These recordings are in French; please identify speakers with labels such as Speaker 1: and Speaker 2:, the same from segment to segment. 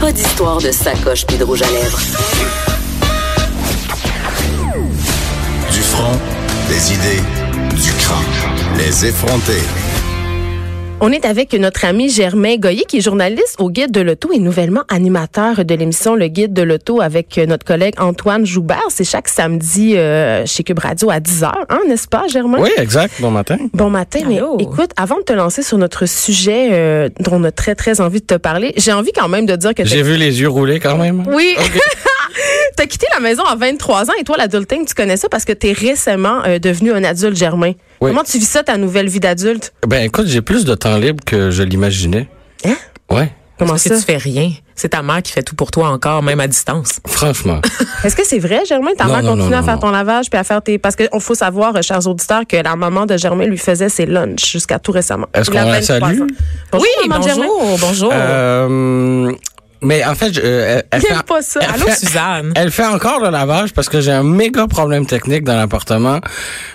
Speaker 1: Pas d'histoire de sacoche puis de rouge à lèvres.
Speaker 2: Du front, des idées, du crâne. Les effronter.
Speaker 3: On est avec notre ami Germain Goyer, qui est journaliste au Guide de l'Auto et nouvellement animateur de l'émission Le Guide de l'Auto avec euh, notre collègue Antoine Joubert. C'est chaque samedi euh, chez Cube Radio à 10h, hein, n'est-ce pas, Germain?
Speaker 4: Oui, exact. Bon matin.
Speaker 3: Bon matin, mais
Speaker 5: Allô?
Speaker 3: écoute, avant de te lancer sur notre sujet euh, dont on a très, très envie de te parler, j'ai envie quand même de dire que... t'as-
Speaker 4: J'ai vu les yeux rouler quand même.
Speaker 3: Oui. T'as quitté la maison à 23 ans et toi, l'adulting, tu connais ça parce que t'es récemment euh, devenu un adulte, Germain.
Speaker 4: Oui.
Speaker 3: Comment tu vis ça, ta nouvelle vie d'adulte?
Speaker 4: Ben écoute, j'ai plus de temps libre que je l'imaginais.
Speaker 3: Hein?
Speaker 4: Ouais,
Speaker 3: Comment
Speaker 5: Parce
Speaker 3: ça?
Speaker 5: que tu fais rien. C'est ta mère qui fait tout pour toi encore, même à distance.
Speaker 4: franchement.
Speaker 3: Est-ce que c'est vrai, Germain? Ta
Speaker 4: Non,
Speaker 3: mère
Speaker 4: non,
Speaker 3: continue
Speaker 4: non,
Speaker 3: à
Speaker 4: non,
Speaker 3: faire
Speaker 4: non.
Speaker 3: ton lavage puis à faire tes. Parce qu'on faut savoir, euh, chers auditeurs, que la maman de Germain lui faisait ses lunchs jusqu'à tout récemment.
Speaker 4: Est-ce
Speaker 3: Il a
Speaker 4: qu'on la
Speaker 3: 23
Speaker 4: salue?
Speaker 3: ans.
Speaker 5: Bonjour,
Speaker 3: oui, maman de Germain.
Speaker 5: bonjour,
Speaker 3: Oh.
Speaker 5: bonjour.
Speaker 4: Euh, mais en fait, je- euh, elle,
Speaker 3: J'aime pas ça.
Speaker 4: elle
Speaker 5: Allô,
Speaker 4: fait-
Speaker 5: Suzanne.
Speaker 4: Elle fait encore le lavage parce que j'ai un méga problème technique dans l'appartement.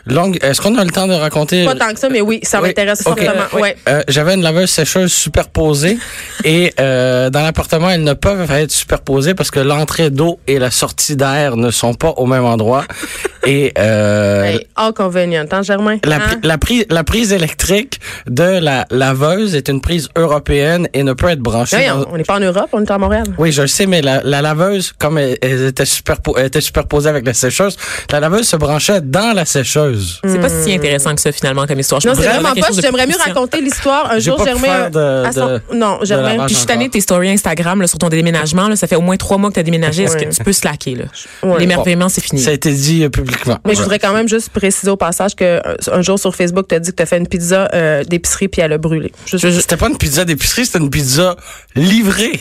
Speaker 4: Longue- Est-ce qu'on a le temps de raconter
Speaker 3: Pas tant que ça, mais oui, ça
Speaker 4: Oui,
Speaker 3: m'intéresse
Speaker 4: ok.
Speaker 3: fortement.
Speaker 5: Euh,
Speaker 3: Ouais.
Speaker 4: Euh, J'avais une laveuse sécheuse superposée et euh, dans l'appartement, elles ne peuvent être superposées parce que l'entrée d'eau et la sortie d'air ne sont pas au même endroit. et euh,
Speaker 3: Hey, inconvénient, hein, Germain?
Speaker 4: la, pri-
Speaker 3: Hein?
Speaker 4: la, pri- la prise électrique de la laveuse est une prise européenne et ne peut être branchée.
Speaker 3: Voyons,
Speaker 4: dans-
Speaker 3: on n'est pas en Europe, on est à Montréal.
Speaker 4: Oui, je le sais, mais la, la laveuse, comme elle, elle était superpo- elle était superposée avec la sécheuse, la laveuse se branchait dans la sécheuse.
Speaker 3: Mm.
Speaker 5: C'est pas si intéressant que ça, finalement, comme histoire. Je
Speaker 3: Non,
Speaker 5: pense
Speaker 3: c'est
Speaker 5: que ça
Speaker 3: vraiment
Speaker 5: quelque
Speaker 3: pas.
Speaker 5: chose de
Speaker 3: J'aimerais mieux
Speaker 5: plus puissant.
Speaker 3: raconter l'histoire. Un
Speaker 4: J'ai
Speaker 3: jour,
Speaker 4: pas pu
Speaker 3: Germain. euh,
Speaker 4: faire de-
Speaker 3: à son-
Speaker 4: de-
Speaker 3: Non,
Speaker 4: de
Speaker 3: Germain.
Speaker 4: lavage.
Speaker 5: Puis je suis tannée de tes stories Instagram là, sur ton déménagement. Là, ça fait au moins trois mois que tu as déménagé. Est-ce
Speaker 3: Ouais.
Speaker 5: que tu peux slacker? là?
Speaker 3: Ouais.
Speaker 5: L'émerveillement, c'est fini.
Speaker 4: Ça a été dit euh, publiquement.
Speaker 3: Mais je
Speaker 4: Ouais.
Speaker 3: voudrais quand même juste préciser au passage que euh, un jour sur Facebook, tu as dit que tu as fait une pizza euh, d'épicerie puis elle a brûlé. Juste-
Speaker 4: C'était pas une pizza d'épicerie, c'était une pizza livrée.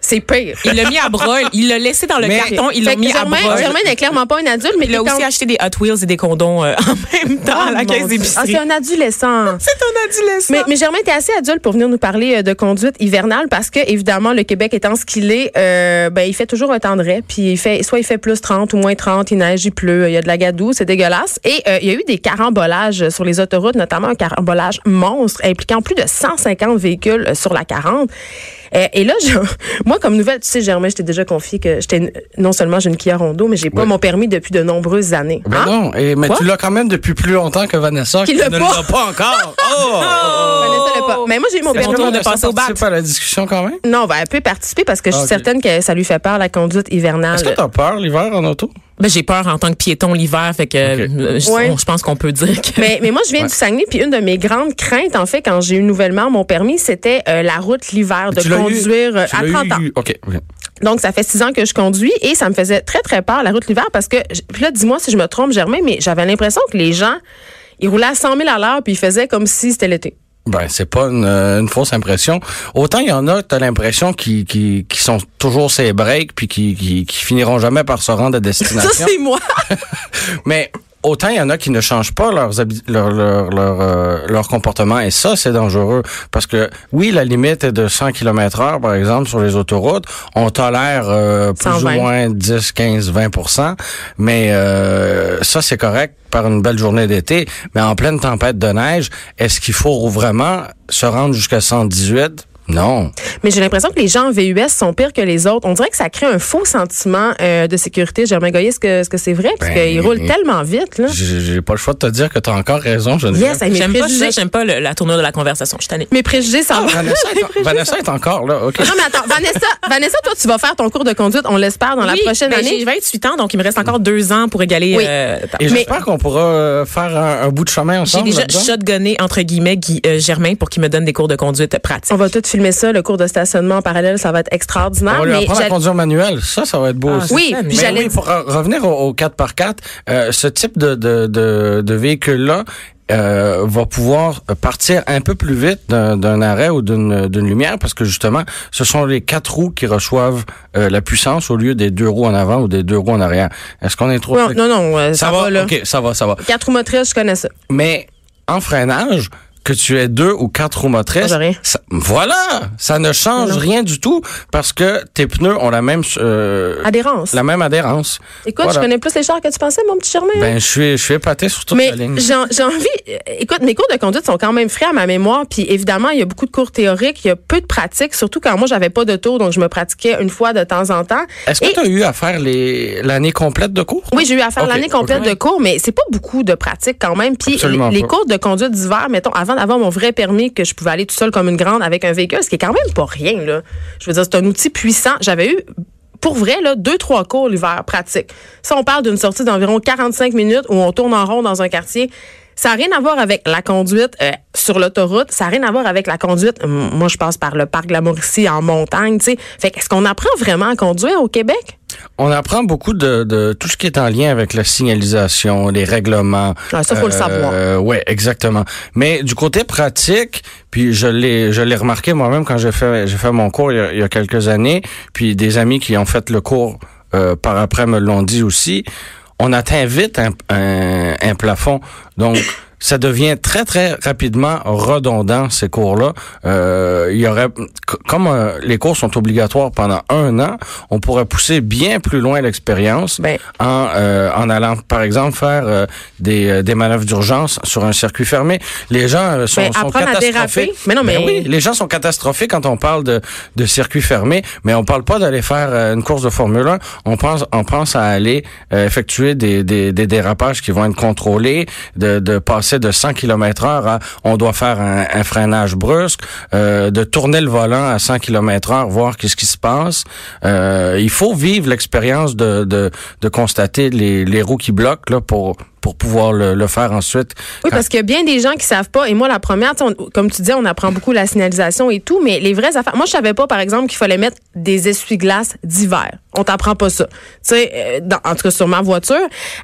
Speaker 3: C'est pire.
Speaker 5: Il l'a mis à brol. Il l'a laissé dans le
Speaker 4: Mais-
Speaker 5: carton. Il l'a
Speaker 3: Fait que
Speaker 5: mis à
Speaker 3: Germain,
Speaker 5: brol.
Speaker 3: Germain n'est clairement pas un adulte, mais
Speaker 5: Il a
Speaker 3: quand-
Speaker 5: aussi acheté des Hot Wheels et des condons euh, en même temps à la
Speaker 3: mon
Speaker 5: caisse
Speaker 3: Dieu. Ah,
Speaker 5: d'épicerie.
Speaker 3: c'est un adolescent.
Speaker 5: C'est ton adolescent.
Speaker 3: Mais, mais Germain, t'es assez adulte pour venir nous parler euh, de conduite hivernale parce que, évidemment, le Québec étant ce qu'il est, euh, ben, il fait toujours un temps de raie. Puis, il fait, soit il fait plus 30 ou moins 30, il neige, il pleut, il y a de la gadoue, c'est dégueulasse. Et euh, il y a eu des carambolages sur les autoroutes, notamment un carambolage monstre impliquant plus de 150 véhicules euh, sur la 40. Euh, et là, je- moi, comme nouvelle, tu sais, Germain, je t'ai déjà confié que j'étais une- non seulement j'ai une Kia Rondo, mais j'ai pas
Speaker 4: Ouais.
Speaker 3: mon permis depuis de nombreuses années.
Speaker 4: Ben
Speaker 3: Hein?
Speaker 4: non, et, mais
Speaker 3: Quoi?
Speaker 4: tu l'as quand même depuis plus longtemps que Vanessa
Speaker 3: Qui
Speaker 4: qui
Speaker 3: l'a
Speaker 4: ne
Speaker 3: pas.
Speaker 4: l'a pas encore. Oh!
Speaker 3: Vanessa l'a pas. Mais moi, j'ai eu mon
Speaker 5: C'est mon
Speaker 3: permis.
Speaker 5: tour de passer au bac.
Speaker 4: participer à la discussion quand même.
Speaker 3: Non, ben, elle peut participer parce que je suis
Speaker 4: Ah, ok.
Speaker 3: certaine que ça lui fait peur, la conduite hivernale.
Speaker 4: Est-ce que t'as peur l'hiver en auto?
Speaker 5: Ben, j'ai peur en tant que piéton l'hiver, fait que
Speaker 4: Ok.
Speaker 5: euh, je,
Speaker 3: Ouais.
Speaker 5: on- je pense qu'on peut dire que.
Speaker 3: mais, mais moi, je viens
Speaker 4: Ouais.
Speaker 3: du Saguenay, puis une de mes grandes craintes, en fait, quand j'ai eu nouvellement mon permis, c'était euh, la route l'hiver, de
Speaker 4: Tu l'as eu-
Speaker 3: conduire euh,
Speaker 4: tu
Speaker 3: à
Speaker 4: l'as
Speaker 3: 30 ans.
Speaker 4: eu- OK. ok.
Speaker 3: Donc, ça fait six ans que je conduis et ça me faisait très, très peur, la route l'hiver, parce que, j- puis là, dis-moi si je me trompe, Germain, mais j'avais l'impression que les gens, ils roulaient à 100 000 à l'heure, puis ils faisaient comme si c'était l'été.
Speaker 4: Ben, c'est pas une, euh, une fausse impression. Autant il y en a, t'as l'impression qui qui qui sont toujours ces breaks puis qui qui qui finiront jamais par se rendre
Speaker 3: Ça,
Speaker 4: à destination.
Speaker 3: c'est moi.
Speaker 4: Mais autant il y en a qui ne changent pas leurs habi- leur, leur, leur, euh, leur comportement et ça c'est dangereux parce que oui la limite est de 100 km heure par exemple sur les autoroutes on tolère euh, plus
Speaker 3: 120.
Speaker 4: ou moins 10 15 20 mais euh, ça c'est correct par une belle journée d'été mais en pleine tempête de neige est-ce qu'il faut vraiment se rendre jusqu'à 118 non
Speaker 3: Mais j'ai l'impression que les gens en VUS sont pires que les autres. On dirait que ça crée un faux sentiment euh, de sécurité. Germain Goyer, est-ce que est-ce que c'est vrai? Parce
Speaker 4: Ben,
Speaker 3: qu'ils roulent tellement vite, là.
Speaker 4: j'ai j'ai pas le choix de te dire que tu as encore raison je
Speaker 3: Yes, hey, mes
Speaker 5: J'aime pas ça,
Speaker 3: préjugés.
Speaker 5: j'aime Ah, pas le- la tournure de la conversation. Je suis tannée.
Speaker 3: mes préjugés s'en vont.
Speaker 4: Vanessa, est, Vanessa est encore là OK
Speaker 3: Non, mais attends, Vanessa, Vanessa, toi, tu vas faire ton cours de conduite, on l'espère, dans la
Speaker 5: Oui,
Speaker 3: prochaine
Speaker 5: ben,
Speaker 3: année.
Speaker 5: J'ai 28 ans, donc il me reste encore deux ans pour égaler.
Speaker 3: Oui.
Speaker 5: euh,
Speaker 3: Mais-
Speaker 4: Et j'espère qu'on pourra euh, faire un, un bout de chemin
Speaker 5: j'ai
Speaker 4: ensemble.
Speaker 5: déjà
Speaker 4: là-dedans.
Speaker 5: shotgunné, entre guillemets, Guy- euh, Germain pour qu'il me donne des cours de conduite pratiques.
Speaker 3: On va tout filmer ça, le cours de stationnement en parallèle, ça va être extraordinaire.
Speaker 4: On va lui
Speaker 3: mais
Speaker 4: apprendre à
Speaker 3: j'allais-
Speaker 4: conduire manuel. Ça, ça va être beau
Speaker 5: Ah,
Speaker 4: aussi.
Speaker 3: oui,
Speaker 5: Mais
Speaker 3: puis
Speaker 4: Mais
Speaker 3: j'allais
Speaker 4: oui, pour re- revenir au, au 4x4, euh, ce type de, de, de, de véhicule-là euh, va pouvoir partir un peu plus vite d'un d'un arrêt ou d'une d'une lumière parce que justement, ce sont les quatre roues qui reçoivent euh, la puissance au lieu des deux roues en avant ou des deux roues en arrière. Est-ce qu'on est trop...
Speaker 3: Non, non, non, euh, ça, va, là.
Speaker 4: OK, ça va, ça va.
Speaker 3: Quatre roues motrices, je connais ça.
Speaker 4: Mais en freinage, que tu aies deux ou quatre roues motrices,
Speaker 3: Change rien.
Speaker 4: ça- voilà, ça ne change
Speaker 3: Ah, Non.
Speaker 4: rien du tout parce que tes pneus ont la même euh,
Speaker 3: Adhérence.
Speaker 4: la même adhérence.
Speaker 3: Écoute,
Speaker 4: Voilà.
Speaker 3: je connais plus les chars que tu pensais, mon petit Germain. hein.
Speaker 4: Ben je suis je suis épaté sur toute
Speaker 3: mais
Speaker 4: la ligne.
Speaker 3: j'ai j'ai envie. euh, Écoute, mes cours de conduite sont quand même frais à ma mémoire. Puis évidemment, il y a beaucoup de cours théoriques, il y a peu de pratiques, surtout quand moi j'avais pas de tour, donc je me pratiquais une fois de temps en temps.
Speaker 4: Est-ce que
Speaker 3: Et-
Speaker 4: tu as eu à faire les l'année complète de cours
Speaker 3: Oui, j'ai eu à faire
Speaker 4: Ok,
Speaker 3: l'année complète
Speaker 4: ok.
Speaker 3: de cours, mais c'est pas beaucoup de pratique quand même. Puis
Speaker 4: Absolument
Speaker 3: les, les
Speaker 4: pas.
Speaker 3: cours de conduite d'hiver, mettons, avant d'avoir mon vrai permis, que je pouvais aller tout seul comme une grande avec un véhicule, ce qui est quand même pas rien, là. Je veux dire, c'est un outil puissant. J'avais eu, pour vrai, là, deux, trois cours l'hiver pratique. Ça, on parle d'une sortie d'environ 45 minutes où on tourne en rond dans un quartier. Ça n'a rien à voir avec la conduite euh, sur l'autoroute. Ça n'a rien à voir avec la conduite. hum, Moi, je passe par le parc de la Mauricie en montagne, tu sais. Fait que, est-ce qu'on apprend vraiment à conduire au Québec?
Speaker 4: On apprend beaucoup de, de tout ce qui est en lien avec la signalisation, les règlements. euh,
Speaker 3: Ah, ça, faut le savoir.
Speaker 4: Ouais, exactement. Mais du côté pratique, puis je l'ai je l'ai remarqué moi-même quand j'ai fait j'ai fait mon cours il y, a, il y a quelques années, puis des amis qui ont fait le cours euh, par après me l'ont dit aussi. On atteint vite un, un, un plafond, donc. Ça devient très très rapidement redondant ces cours-là. Euh, il y aurait, c- comme euh, les cours sont obligatoires pendant un an, on pourrait pousser bien plus loin l'expérience
Speaker 3: Ben,
Speaker 4: en, euh, en allant, par exemple, faire euh, des, euh, des manœuvres d'urgence sur un circuit fermé. Les gens euh, sont,
Speaker 3: Ben,
Speaker 4: sont
Speaker 3: apprendre à
Speaker 4: catastrophés.
Speaker 3: déraper. Mais non,
Speaker 4: Ben
Speaker 3: mais-
Speaker 4: oui, les gens sont catastrophés quand on parle de, de circuit fermé, mais on parle pas d'aller faire euh, une course de Formule 1. On pense, on pense à aller euh, effectuer des, des, des dérapages qui vont être contrôlés, de, de passer de 100 km heure à on doit faire un, un freinage brusque, euh, de tourner le volant à 100 km heure, voir qu'est-ce qui se passe. Euh, il faut vivre l'expérience de, de, de constater les, les roues qui bloquent là, pour, pour pouvoir le, le faire ensuite.
Speaker 3: Oui,
Speaker 4: Quand-
Speaker 3: parce qu'il y a bien des gens qui savent pas. Et moi, la première, tu sais, on- comme tu dis, on apprend beaucoup la signalisation et tout, mais les vraies affaires. Moi, je savais pas, par exemple, qu'il fallait mettre des essuie-glaces d'hiver. On t'apprend pas ça. Tu sais, euh, dans- en tout cas, sur ma voiture.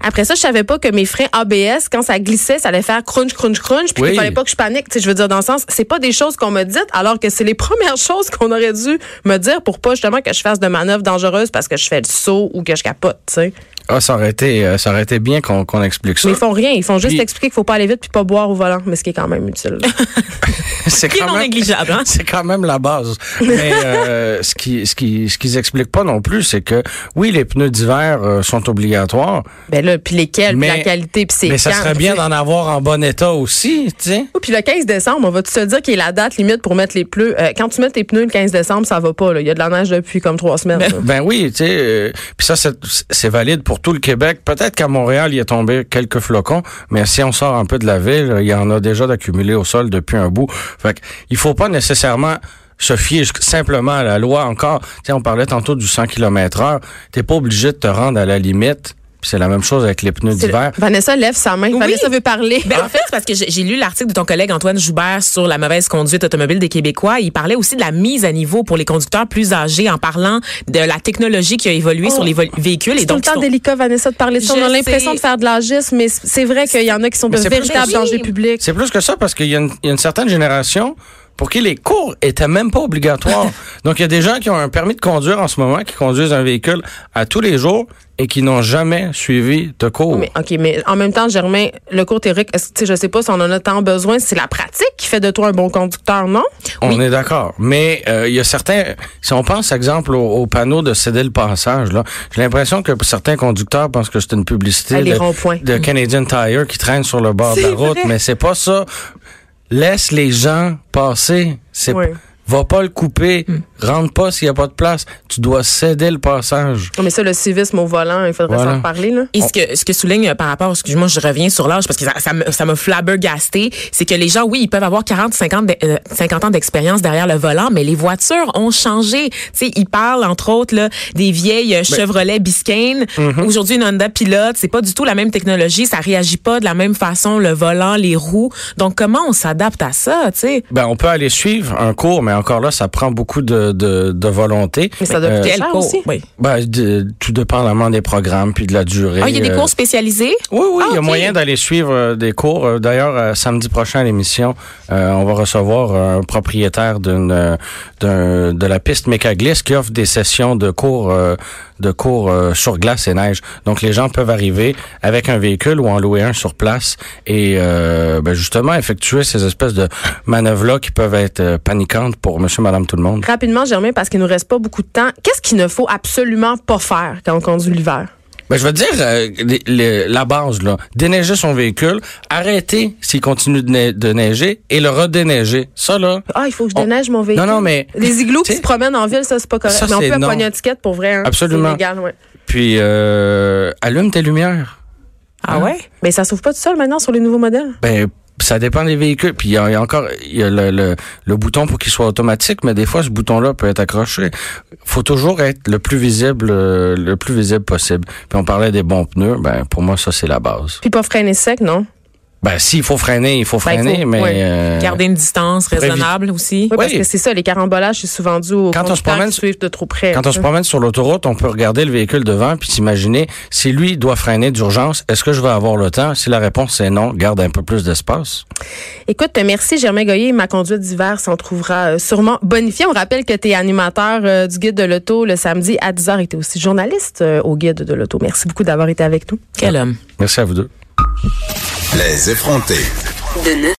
Speaker 3: Après ça, je savais pas que mes freins ABS, quand ça glissait, ça allait faire crunch, crunch, crunch, puis
Speaker 4: Oui.
Speaker 3: qu'il fallait pas que je panique. Tu sais, je veux dire, dans le sens, c'est pas des choses qu'on me dit, alors que c'est les premières choses qu'on aurait dû me dire pour pas, justement, que je fasse de manœuvres dangereuses parce que je fais le saut ou que je capote, tu sais.
Speaker 4: Ah, ça aurait été, euh, ça aurait été bien qu'on qu'on explique ça.
Speaker 3: Mais ils font rien. Ils font juste
Speaker 4: Puis-
Speaker 3: expliquer qu'il faut pas aller vite puis pas boire au volant, mais ce qui est quand même utile.
Speaker 4: C'est
Speaker 5: Qui est
Speaker 4: quand
Speaker 5: non
Speaker 4: même-
Speaker 5: négligeable, hein?
Speaker 4: C'est quand même la base. Mais euh, ce qui ce qui ce qu'ils expliquent pas non plus, c'est que oui, les pneus d'hiver euh, sont obligatoires,
Speaker 3: Ben là, puis lesquels, puis
Speaker 4: Mais-
Speaker 3: la qualité, puis c'est
Speaker 4: mais ça
Speaker 3: quand,
Speaker 4: serait
Speaker 3: tu
Speaker 4: bien
Speaker 3: sais.
Speaker 4: d'en avoir en bon état aussi, tu sais.
Speaker 3: Oui, Puis le 15 décembre, on va se dire qu'il est la date limite pour mettre les pneus. Euh, quand tu mets tes pneus le 15 décembre, ça va pas. là. Il y a de la neige depuis comme trois semaines. là.
Speaker 4: Ben oui, tu sais. euh, Puis ça, c'est c'est valide pour tout le Québec. Peut-être qu'à Montréal, il est tombé quelques flocons, mais si on sort un peu de la ville, il y en a déjà d'accumulés au sol depuis un bout. Fait que, il faut pas nécessairement se fier jusqu- simplement à la loi encore. Tu sais, on parlait tantôt du 100 km heure. T'es pas obligé de te rendre à la limite. Puis c'est la même chose avec les pneus
Speaker 3: C'est le-
Speaker 4: d'hiver.
Speaker 3: Vanessa lève sa main.
Speaker 5: Oui.
Speaker 3: Vanessa veut parler. Ah.
Speaker 5: Ben, en fait, c'est parce que j'ai j'ai lu l'article de ton collègue Antoine Joubert sur la mauvaise conduite automobile des Québécois. Il parlait aussi de la mise à niveau pour les conducteurs plus âgés en parlant de la technologie qui a évolué sur les vo- véhicules.
Speaker 3: Oh. c'est
Speaker 5: Et
Speaker 3: tout le
Speaker 5: donc,
Speaker 3: temps
Speaker 5: ils sont-
Speaker 3: délicat, Vanessa, de parler de ça. On
Speaker 5: Je
Speaker 3: a l'impression
Speaker 5: sais.
Speaker 3: de faire de l'agisme, mais c- c'est vrai qu'il y en a qui sont de
Speaker 4: Mais c'est pour ça
Speaker 3: véritables
Speaker 5: que-
Speaker 3: dangers publics.
Speaker 4: C'est plus que ça parce qu'il y, a une- il y a une certaine génération pour qui les cours étaient même pas obligatoires. Donc, il y a des gens qui ont un permis de conduire en ce moment, qui conduisent un véhicule à tous les jours et qui n'ont jamais suivi de cours.
Speaker 3: Mais, OK, mais en même temps, Germain, le cours théorique, est-ce que, tu sais, je sais pas si on en a tant besoin. C'est la pratique qui fait de toi un bon conducteur, non?
Speaker 4: On est d'accord. Mais euh, il y a certains... Si on pense, exemple, au, au panneau de céder le passage, là, j'ai l'impression que certains conducteurs pensent que c'est une publicité
Speaker 3: Ah, les ronds-points.
Speaker 4: de, de Canadian Tire qui traîne sur le bord de la
Speaker 3: C'est
Speaker 4: route.
Speaker 3: vrai.
Speaker 4: Mais c'est pas ça. Laisse les gens passer. C'est
Speaker 3: Oui.
Speaker 4: Va pas le couper.
Speaker 3: Hmm.
Speaker 4: Rentre pas s'il n'y a pas de place. Tu dois céder le passage.
Speaker 3: Non, mais ça, le civisme au volant, il faudrait
Speaker 4: Voilà.
Speaker 3: s'en parler, là.
Speaker 5: Et ce que, ce que souligne euh, par rapport, excuse-moi, je reviens sur l'âge parce que ça, ça me, ça m'a flabbergasté, c'est que les gens, oui, ils peuvent avoir 40, 50, de- euh, 50 ans d'expérience derrière le volant, mais les voitures ont changé. Tu sais, ils parlent, entre autres, là, des vieilles euh,
Speaker 4: Ben
Speaker 5: Chevrolet Biscayne.
Speaker 4: Mm-hmm.
Speaker 5: Aujourd'hui, une Honda Pilot, c'est pas du tout la même technologie, ça réagit pas de la même façon, le volant, les roues. Donc, comment on s'adapte à ça, tu sais?
Speaker 4: Ben, on peut aller suivre un cours, mais encore là, ça prend beaucoup de, de, de volonté. Euh,
Speaker 3: Mais ça doit coûter
Speaker 5: Ben, Quel
Speaker 3: cher
Speaker 5: cours?
Speaker 3: aussi.
Speaker 5: Oui.
Speaker 4: Ben, de- tout dépendamment des programmes puis de la durée.
Speaker 5: Ah, il y a des
Speaker 4: euh,
Speaker 5: cours spécialisés?
Speaker 4: Oui, oui,
Speaker 5: Ah,
Speaker 4: il y a
Speaker 5: ok.
Speaker 4: moyen d'aller suivre euh, des cours. Euh, D'ailleurs, euh, samedi prochain à l'émission, euh, on va recevoir euh, un propriétaire d'une euh, d'un- de la piste Mécaglis qui offre des sessions de cours euh, de cours euh, sur glace et neige. Donc les gens peuvent arriver avec un véhicule ou en louer un sur place et euh, ben, justement effectuer ces espèces de manœuvres là qui peuvent être euh, paniquantes pour monsieur madame tout le monde.
Speaker 3: Rapidement, Germain, parce qu'il nous reste pas beaucoup de temps. Qu'est-ce qu'il ne faut absolument pas faire quand on conduit l'hiver?
Speaker 4: Ben, je veux dire, euh, les- les- la base, là, déneiger son véhicule, arrêter s'il continue de, nei- de neiger et le redéneiger. Ça, là,
Speaker 3: Ah, il faut que je
Speaker 4: On-
Speaker 3: déneige mon véhicule.
Speaker 4: Oh. Non, non, mais-
Speaker 3: Les igloos
Speaker 4: Tu
Speaker 3: qui
Speaker 4: sais-
Speaker 3: se promènent en ville, ça, c'est pas correct.
Speaker 4: Ça,
Speaker 3: mais on
Speaker 4: c'est
Speaker 3: peut
Speaker 4: non.
Speaker 3: pogner une étiquette pour vrai. Hein.
Speaker 4: Absolument.
Speaker 3: C'est légal, ouais.
Speaker 4: puis euh, allume tes lumières.
Speaker 5: Ah ouais?
Speaker 3: Mais ça s'ouvre pas tout seul maintenant sur les nouveaux modèles.
Speaker 4: Ben, ça dépend des véhicules. Puis il y, a il y a encore il y a le, le, le bouton pour qu'il soit automatique, mais des fois, ce bouton-là peut être accroché. faut toujours être le plus visible euh, le plus visible possible. Puis on parlait des bons pneus. Ben, pour moi, ça, c'est la base.
Speaker 3: Puis pas freiner sec, non?
Speaker 4: Ben, s'il faut freiner, il faut
Speaker 3: Ben, il
Speaker 4: freiner,
Speaker 3: faut-
Speaker 4: mais...
Speaker 3: ouais.
Speaker 4: euh,
Speaker 5: Garder une distance raisonnable aussi.
Speaker 3: Oui, parce
Speaker 4: Oui.
Speaker 3: que c'est ça, les carambolages, c'est souvent dû aux
Speaker 4: Quand on se
Speaker 3: conducteurs
Speaker 4: promène-
Speaker 3: qui suivent de trop près.
Speaker 4: Quand on se promène sur l'autoroute, on peut regarder le véhicule devant puis s'imaginer si lui doit freiner d'urgence, est-ce que je vais avoir le temps Si la réponse est non, garde un peu plus d'espace.
Speaker 3: Écoute, merci Germain Goyer. Ma conduite d'hiver s'en trouvera euh, sûrement bonifiée. On rappelle que tu es animateur euh, du guide de l'auto le samedi à 10h et tu es aussi journaliste euh, au guide de l'auto. Merci beaucoup d'avoir été avec nous.
Speaker 5: Quel homme?
Speaker 4: Merci à vous deux.
Speaker 2: Les effronter.
Speaker 1: De 9